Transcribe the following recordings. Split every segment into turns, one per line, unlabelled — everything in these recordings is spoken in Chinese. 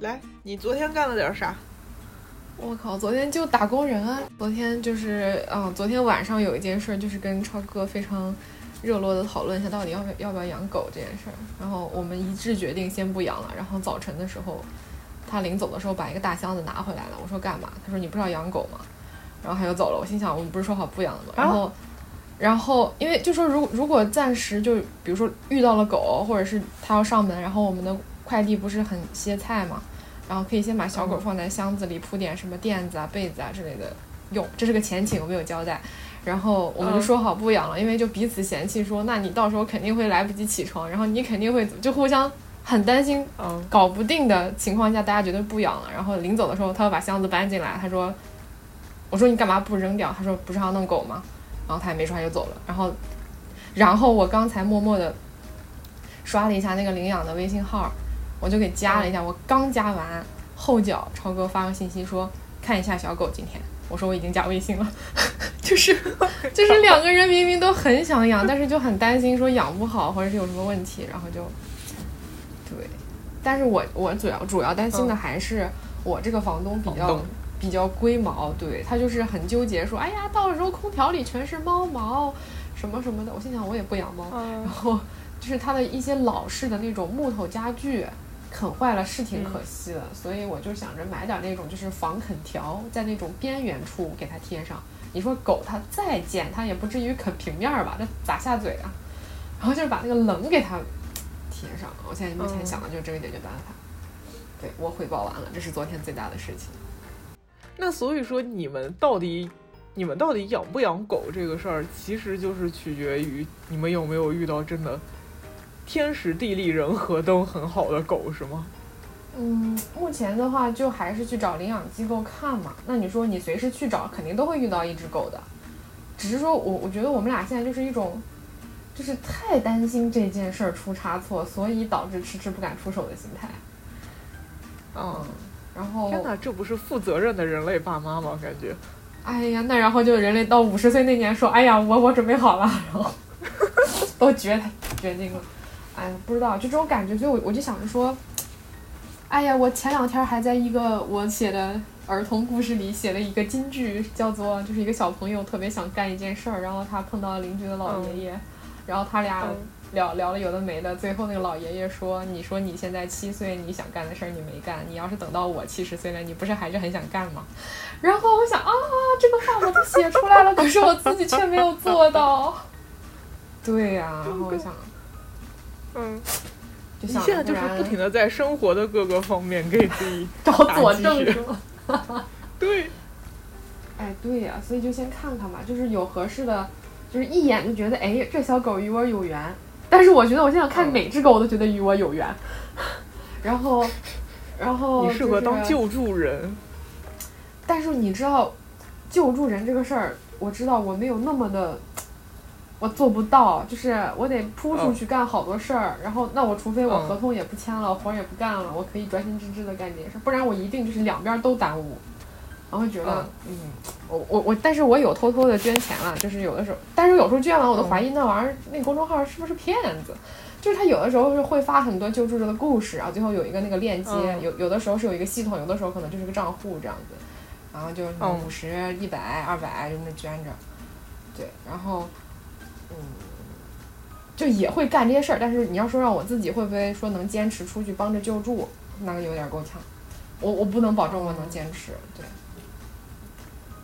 来，你昨天干了点啥？
我靠，昨天就打工人啊！昨天就是，嗯、昨天晚上有一件事，就是跟超哥非常热络的讨论一下，到底要不要要不要养狗这件事儿。然后我们一致决定先不养了。然后早晨的时候，他临走的时候把一个大箱子拿回来了。我说干嘛？他说你不是要养狗吗？然后他就走了。我心想，我们不是说好不养的吗？然后，然后因为就说如如果暂时就比如说遇到了狗，或者是他要上门，然后我们的快递不是很些菜嘛，然后可以先把小狗放在箱子里，铺点什么垫子啊、被子啊之类的用，这是个前情，我没有交代。然后我们就
嗯
说好不养了，因为就彼此嫌弃说，那你到时候肯定会来不及起床，然后你肯定会就互相很担心
嗯，
搞不定的情况下，大家觉得不养了。然后临走的时候，他要把箱子搬进来，他说：“我说你干嘛不扔掉？”他说：“不是还要弄狗吗？”然后他也没说，他就走了。然后，然后我刚才默默的刷了一下那个领养的微信号，我就给加了一下。我刚加完，后脚超哥发个信息说：“看一下小狗今天。”我说我已经加微信了，就是 就是两个人明明都很想养，但是就很担心说养不好或者是有什么问题，然后就对。但是我我主要主要担心的还是我这个房东
嗯
比
房
较
东
比较龟毛，对他就是很纠结说，哎呀，到时候空调里全是猫毛什么什么的。我心想我也不养猫，
嗯
然后就是它的一些老式的那种木头家具， 啃坏了是挺可惜的，所以我就想着买点那种就是防啃条，在那种边缘处给它贴上。你说狗它再贱，它也不至于啃平面儿吧？那咋下嘴啊？ 然后就是把那个棱给它贴上。我现在目前
嗯
想的就是这个解决办法。对我汇报完了，这是昨天最大的事情。
那所以说你们到底，你们到底养不养狗这个事儿，其实就是取决于你们有没有遇到真的天时地利人和都很好的狗，是吗？
嗯，目前的话就还是去找领养机构看嘛。那你说你随时去找，肯定都会遇到一只狗的，只是说我我觉得我们俩现在就是一种，就是太担心这件事儿出差错，所以导致迟迟不敢出手的心态。嗯，然后
天哪，这不是负责任的人类爸妈吗？感觉
哎呀，那然后就人类到五十岁那年说，哎呀，我我准备好了， 然后都决决定了，哎呀，不知道就这种感觉，所以我我就想着说，哎呀，我前两天还在一个我写的儿童故事里写了一个金句，叫做就是一个小朋友特别想干一件事儿，然后他碰到了邻居的老爷爷，然后他俩
嗯
聊聊了有的没的，最后那个老爷爷说，你说你现在七岁，你想干的事儿你没干，你要是等到我七十岁了，你不是还是很想干吗？然后我想啊，这个话我都写出来了，可是我自己却没有做到。对呀、然后我想，
嗯，
就
你
想
现在就是不停的在生活的各个方面给自己
找佐
打
证
鸡
是吗？
对，
哎，对呀、所以就先看看吧，就是有合适的，就是一眼就觉得，哎，这小狗与我有缘。但是我觉得我现在看
嗯
每只狗，我都觉得与我有缘。然后，然后、
你
哦就是、啊
适合当救助人，
但是你知道，救助人这个事儿，我知道我没有那么的，我做不到，就是我得扑出去干好多事儿，然后那我除非我
嗯
合同也不签了，活儿也不干了，我可以专心致志的干这件事儿，不然我一定就是两边儿都耽误。然后觉得，嗯，我我我，但是我有偷偷的捐钱了，就是有的时候，但是有时候捐完我
嗯
都怀疑那玩意儿、那公众号是不是骗子，就是他有的时候是会发很多救助者的故事，然后最后有一个那个链接，
嗯
有有的时候是有一个系统，有的时候可能就是个账户这样子，然后就是
嗯
五十、一百、二百就那么捐着，对，然后，嗯，就也会干这些事儿，但是你要说让我自己会不会说能坚持出去帮着救助，那个有点够呛，我我不能保证我能坚持，对。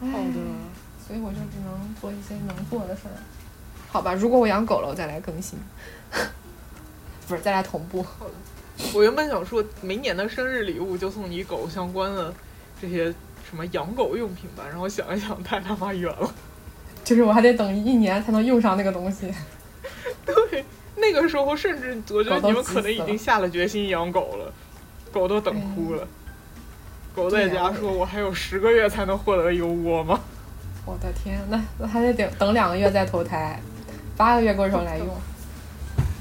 好
哎
的，
所以我就只能做一些能做的事儿。好吧，如果我养狗了，我再来更新， 不是再来同步。
我原本想说，明年的生日礼物就送你狗相关的这些什么养狗用品吧，然后想一想太他妈远了。
就是我还得等一年才能用上那个东西。
对，那个时候甚至我觉得
狗都
你们可能
急死
已
了
经下了决心养狗了，狗都等哭了。狗在
哎对
家
呀
说：“我还有十个月才能获得一个窝吗
我的天，那那还得等等两个月再投胎，八个月过时候来用。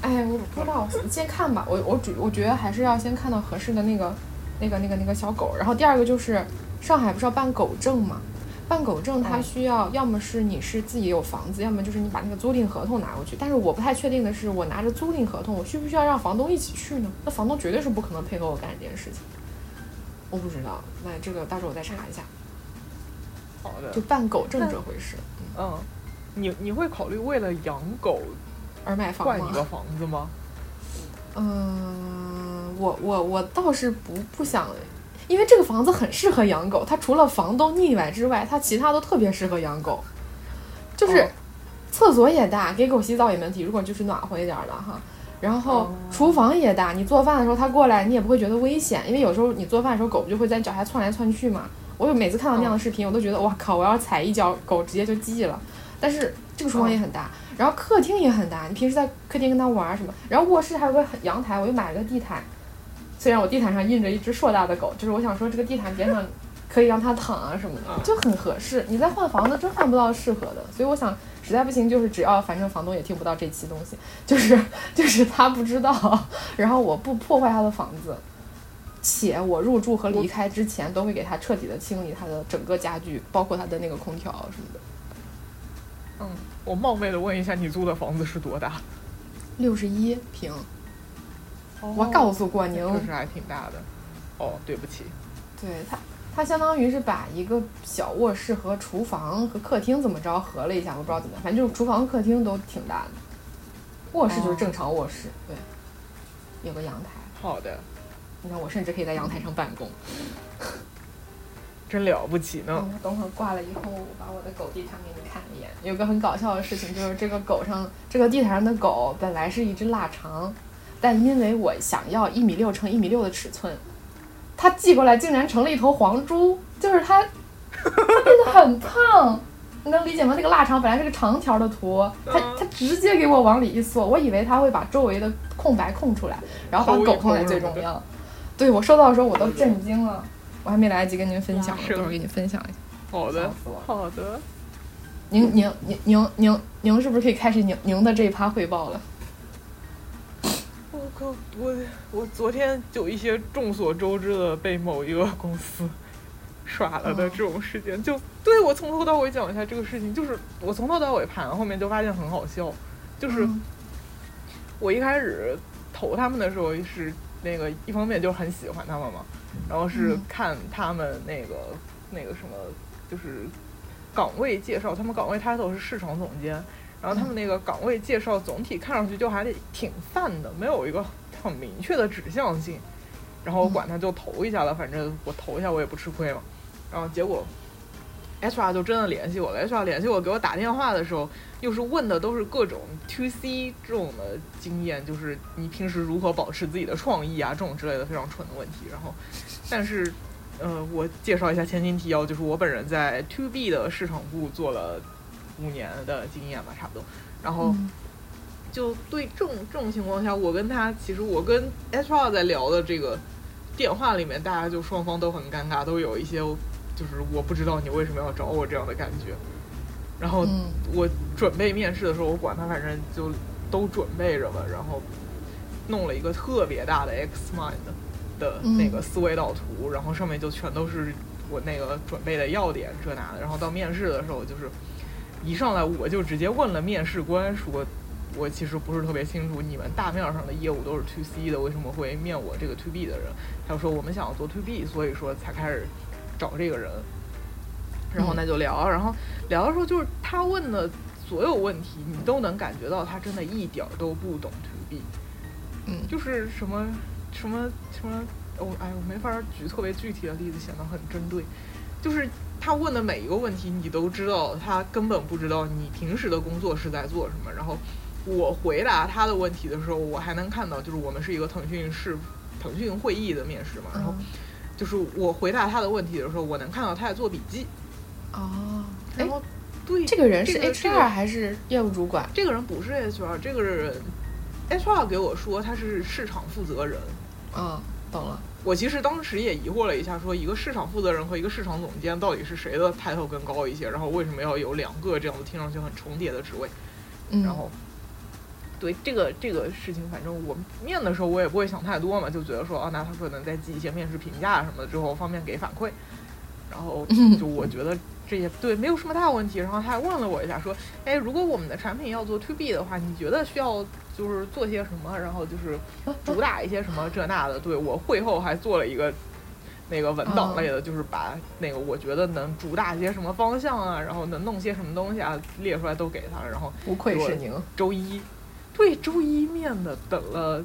哎，我不知道，先看吧。我我主我觉得还是要先看到合适的那个那个那个那个小狗。然后第二个就是上海不是要办狗证嘛？办狗证它
嗯
需要，要么是你是自己有房子，要么就是你把那个租赁合同拿过去。但是我不太确定的是，我拿着租赁合同，我需不需要让房东一起去呢？那房东绝对是不可能配合我干这件事情。我不知道，那这个到时候我再查一下。
好的
就，办狗证这回事，
嗯，你你会考虑为了养狗
而买房
换一
吗？
个房子吗？
嗯，我我我倒是不不想，因为这个房子很适合养狗，它除了房东腻歪之外，它其他都特别适合养狗，就是、
哦
厕所也大，给狗洗澡也没问题，如果就是暖和一点儿的哈。然后
哦
厨房也大，你做饭的时候它过来，你也不会觉得危险，因为有时候你做饭的时候狗不就会在你脚下窜来窜去嘛。我有每次看到那样的视频，我都觉得哇靠，我要踩一脚，狗直接就记了。但是这个厨房也很大，然后客厅也很大，你平时在客厅跟它玩儿什么？然后卧室还有个很阳台，我又买了个地毯，虽然我地毯上印着一只硕大的狗，就是我想说这个地毯边上可以让它躺啊什么的，就很合适。你再换房子真换不到适合的，所以我想实在不行就是只要反正房东也听不到这期东西，就是就是他不知道， 然后我不破坏他的房子。且我入住和离开之前都会给他彻底的清理他的整个家具，包括他的那个空调什么的。
嗯，我冒昧的问一下，你租的房子是多大？
六十一平，哦我告诉过您，
哦确实还挺大的。哦，对不起，
对它，它相当于是把一个小卧室和厨房和客厅怎么着合了一下，我不知道怎么样，反正就是厨房、客厅都挺大的，卧室
哦
就是正常卧室，对，有个阳台，
好的，
你看我甚至可以在阳台上办公。
真了不起呢。
嗯，等会儿挂了以后，我把我的狗地毯给你看一眼。有个很搞笑的事情，就是这个狗上这个地毯上的狗本来是一只腊肠，但因为我想要一米六乘一米六的尺寸，它寄过来竟然成了一头黄猪，就是它，它变得很胖。你能理解吗？那个腊肠本来是个长条的图，它
嗯
它直接给我往里一缩，我以为它会把周围的空白空出来，然后把狗放在最中央。对我收到的时候我都震惊了，我还没来得及跟您分享呢，
是
等会儿给你分享一下。
好的
笑死我，了
好的。
您您您您您您是不是可以开始您您的这一趴汇报了？
我靠，我我昨天有一些众所周知的被某一个公司 耍了的
哦
这种事件，就对我从头到尾讲一下这个事情，就是我从头到尾盘后面就发现很好笑，就是
嗯
我一开始投他们的时候是那个一方面就很喜欢他们嘛，然后是
嗯
看他们那个那个什么就是岗位介绍，他们岗位 title 是市场总监，然后他们那个岗位介绍总体看上去就还挺泛的，没有一个很明确的指向性。然后我管他就投一下了，反正我投一下我也不吃亏嘛。然后结果 HR 就真的联系我了，HR 联系我给我打电话的时候，又是问的都是各种 to C 这种的经验，就是你平时如何保持自己的创意啊这种之类的非常蠢的问题。然后，但是。呃，我介绍一下前情提要，就是我本人在 To B 的市场部做了五年的经验吧，差不多。然后，
嗯
就对这种这种情况下，我跟他其实我跟 HR 在聊的这个电话里面，大家就双方都很尴尬，都有一些就是我不知道你为什么要找我这样的感觉。然后
嗯
我准备面试的时候，我管他反正就都准备着吧，然后弄了一个特别大的 XMind 的那个思维导图，然后上面就全都是我那个准备的要点这那的。然后到面试的时候，就是一上来我就直接问了面试官说。我其实不是特别清楚你们大面上的业务都是 to C 的，为什么会面我这个 to B 的人？他就说我们想要做 to B，所以说才开始找这个人。然后呢就聊，然后聊的时候就是他问的所有问题，你都能感觉到他真的一点儿都不懂 to B，
嗯
就是什么什么什么，我、哎，我没法儿举特别具体的例子，显得很针对。就是他问的每一个问题，你都知道他根本不知道你平时的工作是在做什么。然后我回答他的问题的时候，我还能看到，就是我们是一个腾讯视腾讯会议的面试嘛，然后
嗯
就是我回答他的问题的时候，我能看到他在做笔记。
哦，
然
哎，
后对
这个人
这
是
个
HR 还是业务主管？
这个人不是 HR，这个人 HR 给我说他是市场负责人。
嗯，懂了。
我其实当时也疑惑了一下，说一个市场负责人和一个市场总监到底是谁的 title 更高一些？然后为什么要有两个这样子听上去很重叠的职位？
嗯，
然后，对这个这个事情，反正我面的时候我也不会想太多嘛，就觉得说啊，那他可能在记一些面试评价什么的之后，方便给反馈。然后就我觉得这也对，没有什么大问题。然后他还问了我一下，说，哎，如果我们的产品要做 to B 的话，你觉得需要就是做些什么？然后就是主打一些什么这那的。对我会后还做了一个那个文档类的，就是把那个我觉得能主打些什么方向啊，然后能弄些什么东西啊，列出来都给他。然后
不愧是您，
周一，对周一面的等了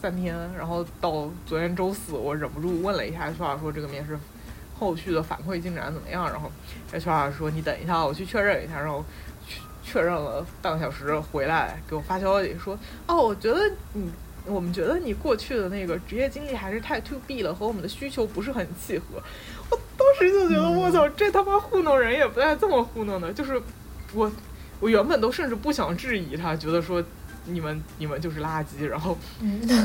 三天，然后到昨天周四，我忍不住问了一下 HR 说这个面试后续的反馈进展怎么样？然后 HR 哎说你等一下，我去确认一下。然后确确认了半个小时回来给我发消息说，哦，我觉得你。我们觉得你过去的那个职业经历还是太 to B 了，和我们的需求不是很契合。我当时就觉得，我操，这他妈糊弄人也不带这么糊弄的。就是我，我原本都甚至不想质疑他，觉得说你们你们就是垃圾。然 后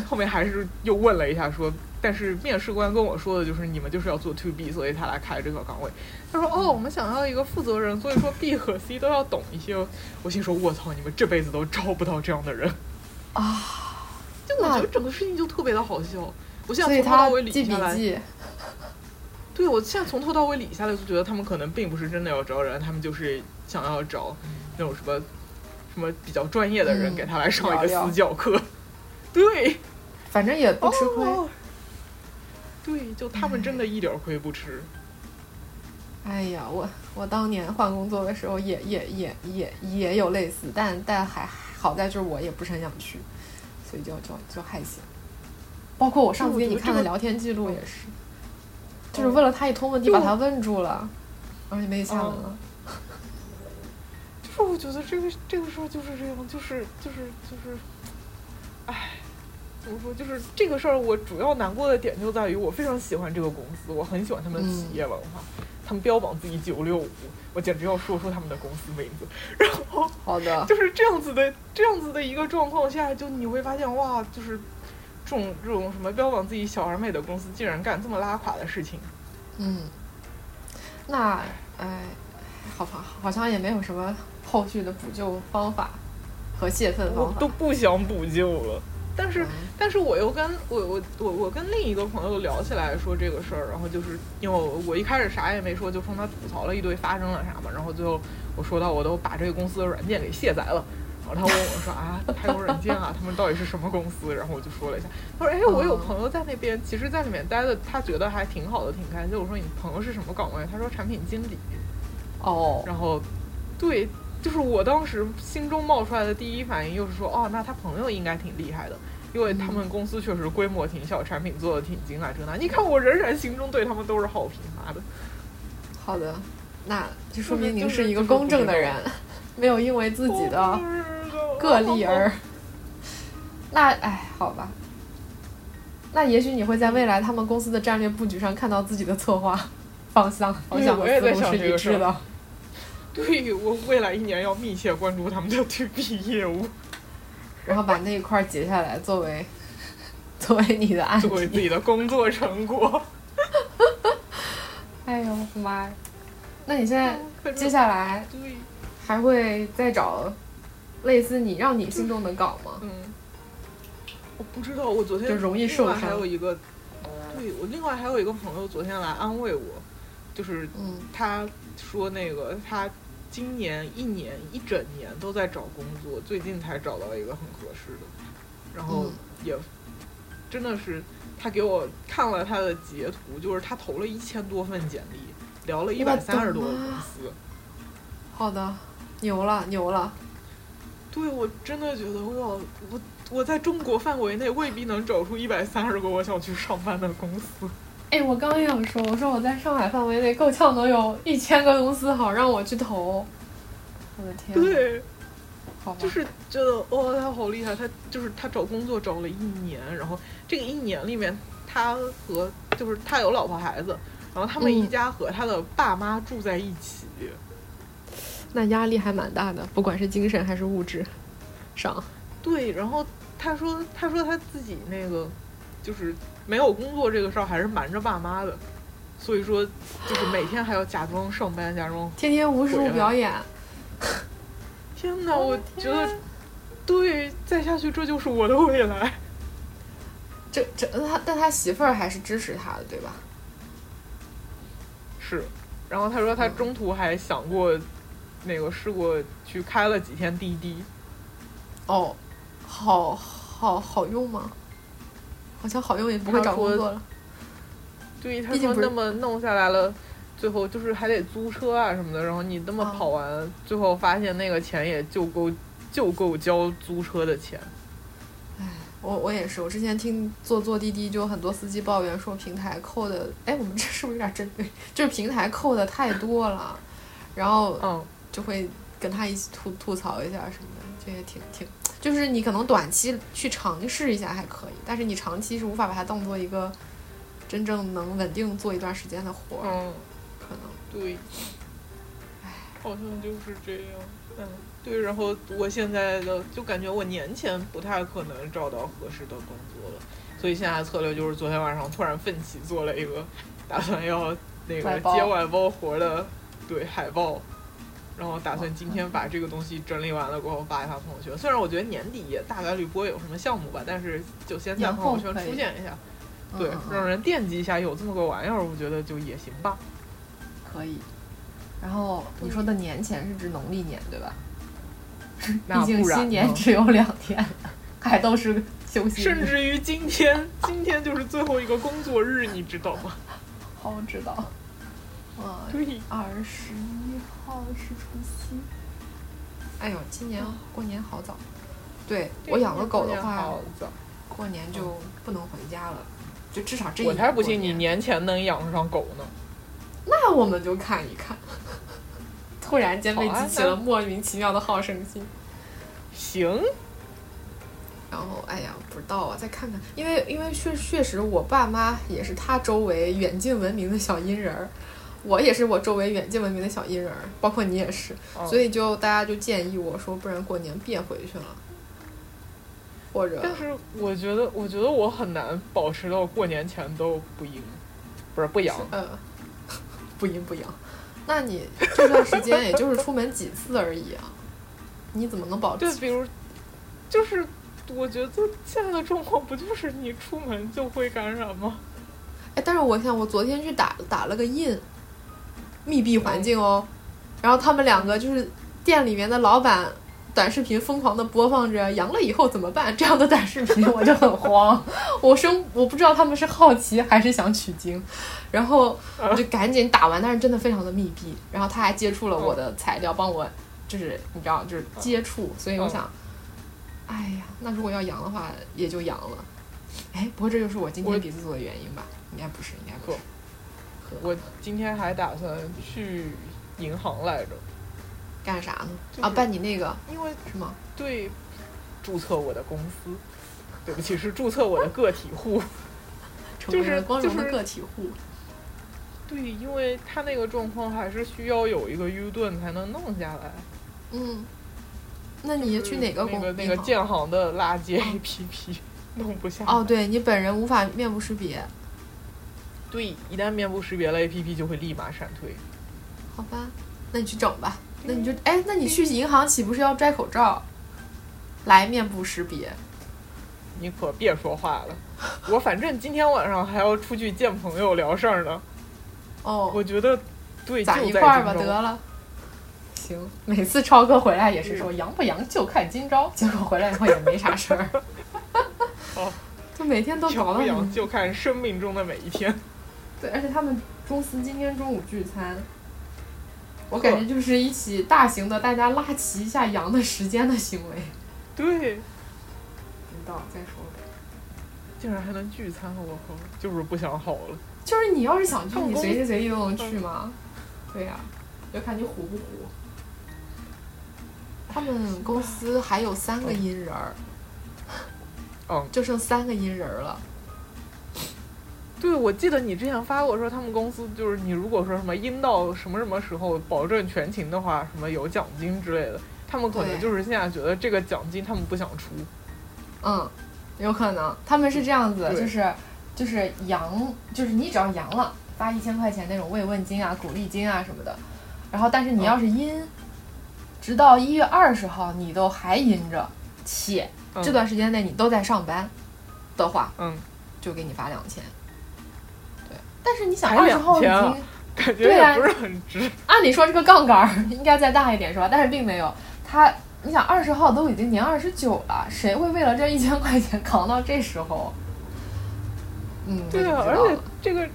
后面还是又问了一下说，但是面试官跟我说的就是你们就是要做 to B，所以他来开这个岗位。他说哦，我们想要一个负责人，所以说 B 和 C 都要懂一些。哦我心说，我操，你们这辈子都招不到这样的人
啊！
就我觉得整个事情就特别的好笑，我现
所
在
以
从头
他
到尾理
记笔
下来，
记，
对我现在从头到尾理下来就觉得他们可能并不是真的要招人，他们就是想要找那种什么什么比较专业的人
嗯
给他来上一
聊
个
聊
私教课，对，
反正也不吃亏。
哦对，就他们真的一点儿亏不吃，
哎呀，我我当年换工作的时候也也也也也有类似，但但还好在就是我也不是很想去，所以就就就还行。包括我上次给你看的聊天记录也是，就是问了他一通问题，
就
把他问住了，然后就没下文了。
就是我觉得这个这个事儿就是这样，就是就是就是，唉。怎么说？就是这个事儿，我主要难过的点就在于，我非常喜欢这个公司，我很喜欢他们的企业文化，他们标榜自己九六五，我简直要说出他们的公司名字。然后
好的，
就是这样子的，这样子的一个状况下，就你会发现，哇，就是这种这种什么标榜自己小而美的公司，竟然干这么拉垮的事情。
嗯，那哎，好吧，好像也没有什么后续的补救方法和泄愤
我
方法
都。不想补救了。但是
嗯，
但是我又跟我我我我跟另一个朋友聊起来说这个事儿，然后就是因为我我一开始啥也没说，就冲他吐槽了一堆发生了啥嘛，然后最后我说到我都把这个公司的软件给卸载了。然后他问我说啊，还有软件啊？他们到底是什么公司？然后我就说了一下，他说哎，我有
嗯
朋友在那边，其实在里面待的，他觉得还挺好的，挺开心。我说你朋友是什么岗位？他说产品经理。
哦，
然后，对，就是我当时心中冒出来的第一反应又是说，哦，那他朋友应该挺厉害的，因为他
嗯
们公司确实规模挺小，产品做的挺精啊这那。你看我仍然心中对他们都是好评，妈的，
好的，那就说
就是
明您
就是是
一个
就是
公
不
正
知
的
道
人，没有因为自己的
我不知道
个例
哦
而。那哎，好吧。那也许你会在未来他们公司的战略布局上看到自己的策划方向，方
对
向
嗯我
和
也
思
在
路
想
是
这个
一
事儿
致的。
对我未来一年要密切关注他们的 To B 业务，
然后把那一块儿截下来，作为作为你的案
作为自
例。
己的工作成果。
哎呦我的妈呀！那你 现在
可是
接下来
对，
还会再找类似你让你心动的稿吗？
嗯，我不知道，我昨天
就容易受
另外还
伤
有一个，
哦
对我另外还有一个朋友昨天来安慰我，就是
嗯，
他说那个他今年一年一整年都在找工作，最近才找到一个很合适的，然后
嗯
也真的是他给我看了他的截图，就是他投了一千多份简历，聊了一百三十多个公司。
好的，牛了牛了。
对，我真的觉得哇，我我在中国范围内未必能找出一百三十个我想去上班的公司。
哎，我刚想说，我说我在上海范围内够呛能有一千个公司好让我去投，我的天，，
对，
好吧，
就是觉得哇，他好厉害，他就是他找工作找了一年，然后这个一年里面，他和就是他有老婆孩子，然后他们
嗯
一家和他的爸妈住在一起。
那压力还蛮大的，不管是精神还是物质上，
对，然后他说他说他自己那个就是没有工作这个事儿还是瞒着爸妈的，所以说就是每天还要假装上班，假装
天天无
啊
实物表演，
天哪，
我
我
的
觉得
天
对，再下去这就是我的未来。
这这他但他媳妇儿还是支持他的，对吧？
是，然后他说他
嗯
中途还想过，那个试过去开了几天滴滴，
哦，好好好用吗？好像好用也不
他
会找工
说
作了，
就一他
毕竟
说
不是
那么弄下来了，最后就是还得租车啊什么的，然后你那么
啊
跑完，最后发现那个钱也就够就够交租车的钱。
我我也是，我之前听坐坐滴滴就很多司机抱怨说平台扣的，哎，我们这是不是有点针对？ 就是平台扣的太多了，然后
嗯，
就会跟他一起吐吐槽一下什么的，这也挺挺，就是你可能短期去尝试一下还可以，但是你长期是无法把它当做一个真正能稳定做一段时间的活儿，
嗯，
可能。
对，好像就是这样。嗯，对。然后我现在的就感觉我年前不太可能找到合适的工作了，所以现在的策略就是昨天晚上突然奋起做了一个打算要那
外
个
包
接外包活儿的对海报。然后打算今天把这个东西整理完了过后发一发朋友圈。虽然我觉得年底也大概率不会有什么项目吧，但是就先在
年
朋友
后
圈
可以
出现一下，
嗯
对
嗯，嗯
让人惦记一下有这么个玩意儿，我觉得就也行吧。
可以。然后你说的年前是指农历年对吧？
那
毕竟
不然
新年
呢
只有两天， 还都是休息
甚
日。
至于今天，今天就是最后一个工作日，你知道吗？
好，哦我知道。嗯，
对，
二十一号是除夕。哎呦，今年过年好早。对 我养了狗的话，过年就不能回家了，就至少这一
我才不
过
信你
年。
年前能养上狗呢。
那我们就看一看。 突然间被
好啊
激起
那
了莫名其妙的好胜心。
行，
然后哎呀，不知道啊，再看看，因为因为确确实我爸妈也是他周围远近闻名的小阴人儿，我也是我周围远近闻名的小阴人儿，包括你也是，所
以，
以就大家就建议我说，不然过年别回去了，或者
但是我觉得，我觉得我很难保持到过年前都不赢，不是不养。
呃， 不赢不赢，那你这段时间也就是出门几次而已啊，你怎么能保持
对，？比如，就是我觉得现在的状况不就是你出门就会感染吗？
哎，但是我想，我昨天去打打了个印，密闭环境哦，然后他们两个就是店里面的老板短视频疯狂的播放着“阳了以后怎么办”这样的短视频，我就很 慌，我生我不知道他们是好奇还是想取经，然后我就赶紧打完，但是真的非常的密闭，然后他还接触了我的材料，帮我就是你知道就是接触，
嗯
所以我想，哎呀，那如果要阳的话，也就阳了。哎，不过这就是我今
我
天鼻子痛的原因吧？应该不是，应该不是。
我今天还打算去银行来着，
干啥呢？
就是
啊，办你那个
因为
是吗？
对，注册我的公司， 对不起，是注册我的个体户。
成
就
为了
是
光
就
荣的
是
个体户。
对，因为他那个状况还是需要有一个 U 盾才能弄下来。
嗯，那你去哪个
那
公
个那
银
个
行
建行的垃圾 APP 弄不下来。
哦，对你本人无法面部识别，
对，一旦面部识别了 APP 就会立马闪退。
好吧？那你去整吧。那你就哎，那你去银行岂不是要摘口罩，来面部识别？
你可别说话了，我反正今天晚上还要出去见朋友聊事儿呢。
哦，
我觉得，对，
攒
就
一
在
块儿吧，
郑
得
州
了。行，每次超哥回来也是
嗯
说阳不阳就看今朝，结果回来以后也没啥事儿
哦。
就每天都搞
阳
得
不
很
阳就看生命中的每一天。
对，而且他们公司今天中午聚餐，我
呵
感觉就是一起大型的大家拉齐一下羊的时间的行为。
对，
不知道再说呗。
竟然还能聚餐，我靠，就是不想好了。
就是你要是想去，
他们
你
公
随
司
时随地都能去吗？对呀、就看你虎不虎。他们公司还有三个阴人儿，
嗯，
就剩三个阴人儿了。
对，我记得你之前发过说他们公司就是你如果说什么阴到什么什么时候保证全勤的话，什么有奖金之类的，他们可能
对
就是现在觉得这个奖金他们不想出。
嗯，有可能他们是这样子，
对
就是就是阳，就是你只要阳了，发一千块钱那种慰问金啊、鼓励金啊什么的。然后，但是你要是阴，直到一月二十号你都还阴着，且
嗯、
这段时间内你都在上班的话，
嗯，
就给你发两千。对，但是你想
还
二十号已
2000啊
经。
感觉
对啊
也不是很值。
按理说这个杠杆儿 应该再大一点是吧？但是并没有，他你想二十号都已经年二十九了，谁会为了这一千块钱扛到这时候？嗯，
对啊，
我就不知
而且
道了
这个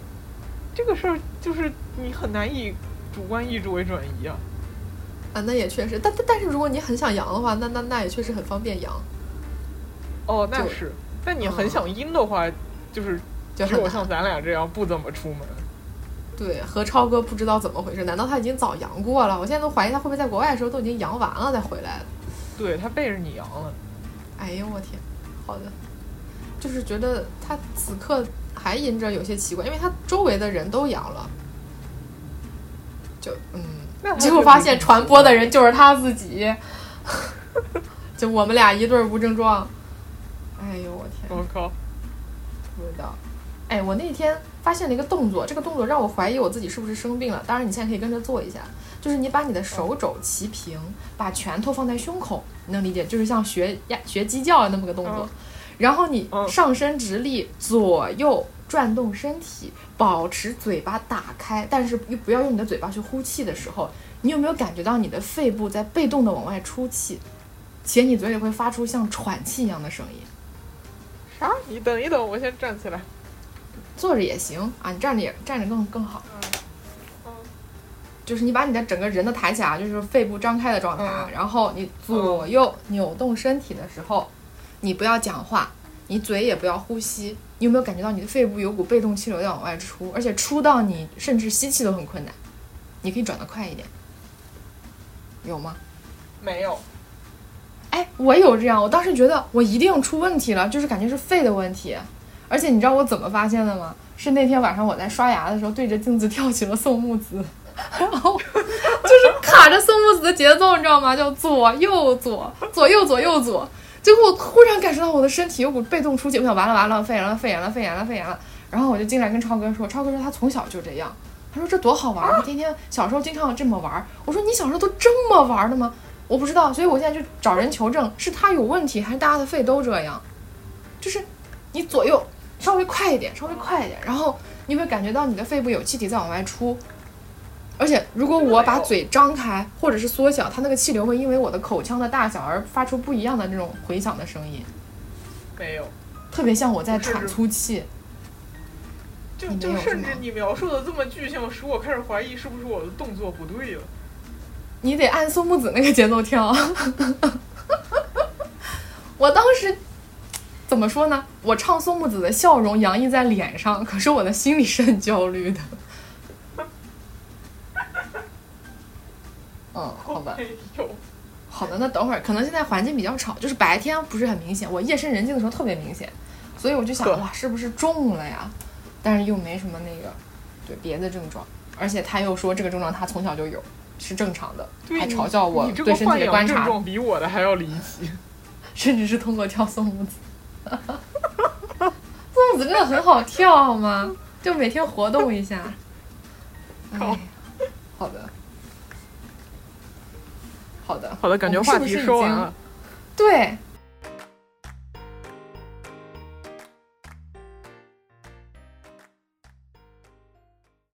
这个事儿就是你很难以主观意志为转移啊。
啊，那也确实，但但但是如果你很想阳的话，那那那也确实很方便阳，
哦，那，
就是
但你
嗯
很想阴的话，就是
就
只
很
有
难。
像咱俩这样不怎么出门。
对，何超哥不知道怎么回事，难道他已经早阳过了？我现在都怀疑他会不会在国外的时候都已经阳完了再回来了。
对他背着你阳了，
哎呦我天，好的，就是觉得他此刻还阴着有些奇怪，因为他周围的人都阳了，就嗯。
那他
结果
觉得
发
你
现
很
传
奇
播
怪
的人就是他自己， 就我们俩一对儿无症状。哎呦我天，
我靠，
不知道。哎，我那天发现了一个动作，这个动作让我怀疑我自己是不是生病了。当然，你现在可以跟着做一下，就是你把你的
嗯
手肘齐平，把拳头放在胸口，你能理解？就是像学呀学鸡叫那么个动作。
嗯
然后你
嗯
上身直立，左右转动身体，保持嘴巴打开，但是又不要用你的嘴巴去呼气的时候，你有没有感觉到你的肺部在被动的往外出气，且你嘴里会发出像喘气一样的声音？
啥？
啊
你等一等，我先站起来。
坐着也行啊，你站着也站着更更好。
嗯
就是你把你的整个人都抬起来，就是肺部张开的状态啊，
嗯
然后你左右扭动身体的时候，你不要讲话，你嘴也不要呼吸。你有没有感觉到你的肺部有股被动气流在往外出，而且出到你甚至吸气都很困难？你可以转得快一点，有吗？
没有，
哎，我有这样，我当时觉得我一定出问题了，就是感觉是肺的问题。而且你知道我怎么发现的吗？是那天晚上我在刷牙的时候对着镜子跳起了宋木子， 然后就是卡着宋木子的节奏，你知道吗？就左右左左右左右左。结果我忽然感受到我的身体有股被动出血，我想完了完了，肺炎了肺炎了肺炎了肺炎了。然后我就进来跟超哥说，超哥说他从小就这样，他说这多好
啊
玩儿，他天天小时候经常这么玩儿。我说你小时候都这么玩儿的吗？我不知道，所以我现在就找人求证，是他有问题，还是大家的肺都这样？就是你左右稍微快一点，稍微快一点，然后你会感觉到你的肺部有气体在往外出。而且，如果我把嘴张开或者是缩小，它那个气流会因为我的口腔的大小而发出不一样的那种回响的声音，
没有，
特别像我在
不是
喘粗气。
就
你没
就
有
甚
是
至
吗
你描述的这么具象，使我开始怀疑是不是我的动作不对了。
你得按松木子那个节奏跳。 我当时怎么说呢？我唱松木子的笑容洋溢在脸上，可是我的心里是很焦虑的。嗯，好吧，
没有，
好的，那等会儿可能现在环境比较吵，就是白天不是很明显，我夜深人静的时候特别明显，所以我就想
对
哇，是不是中了呀？但是又没什么那个，对别的症状，而且他又说这个症状他从小就有，是正常的，
对
还
你
嘲笑我
你这
对
个
身体
幻
的
想
观
症
察，
状比我的还要离奇。
甚至是通过跳松舞子。松舞子真的很好跳，好吗？就每天活动一下。哎
好，
好的，好的，
好的，感觉
我们是
话
不
题
是已
说完
经
了。
对，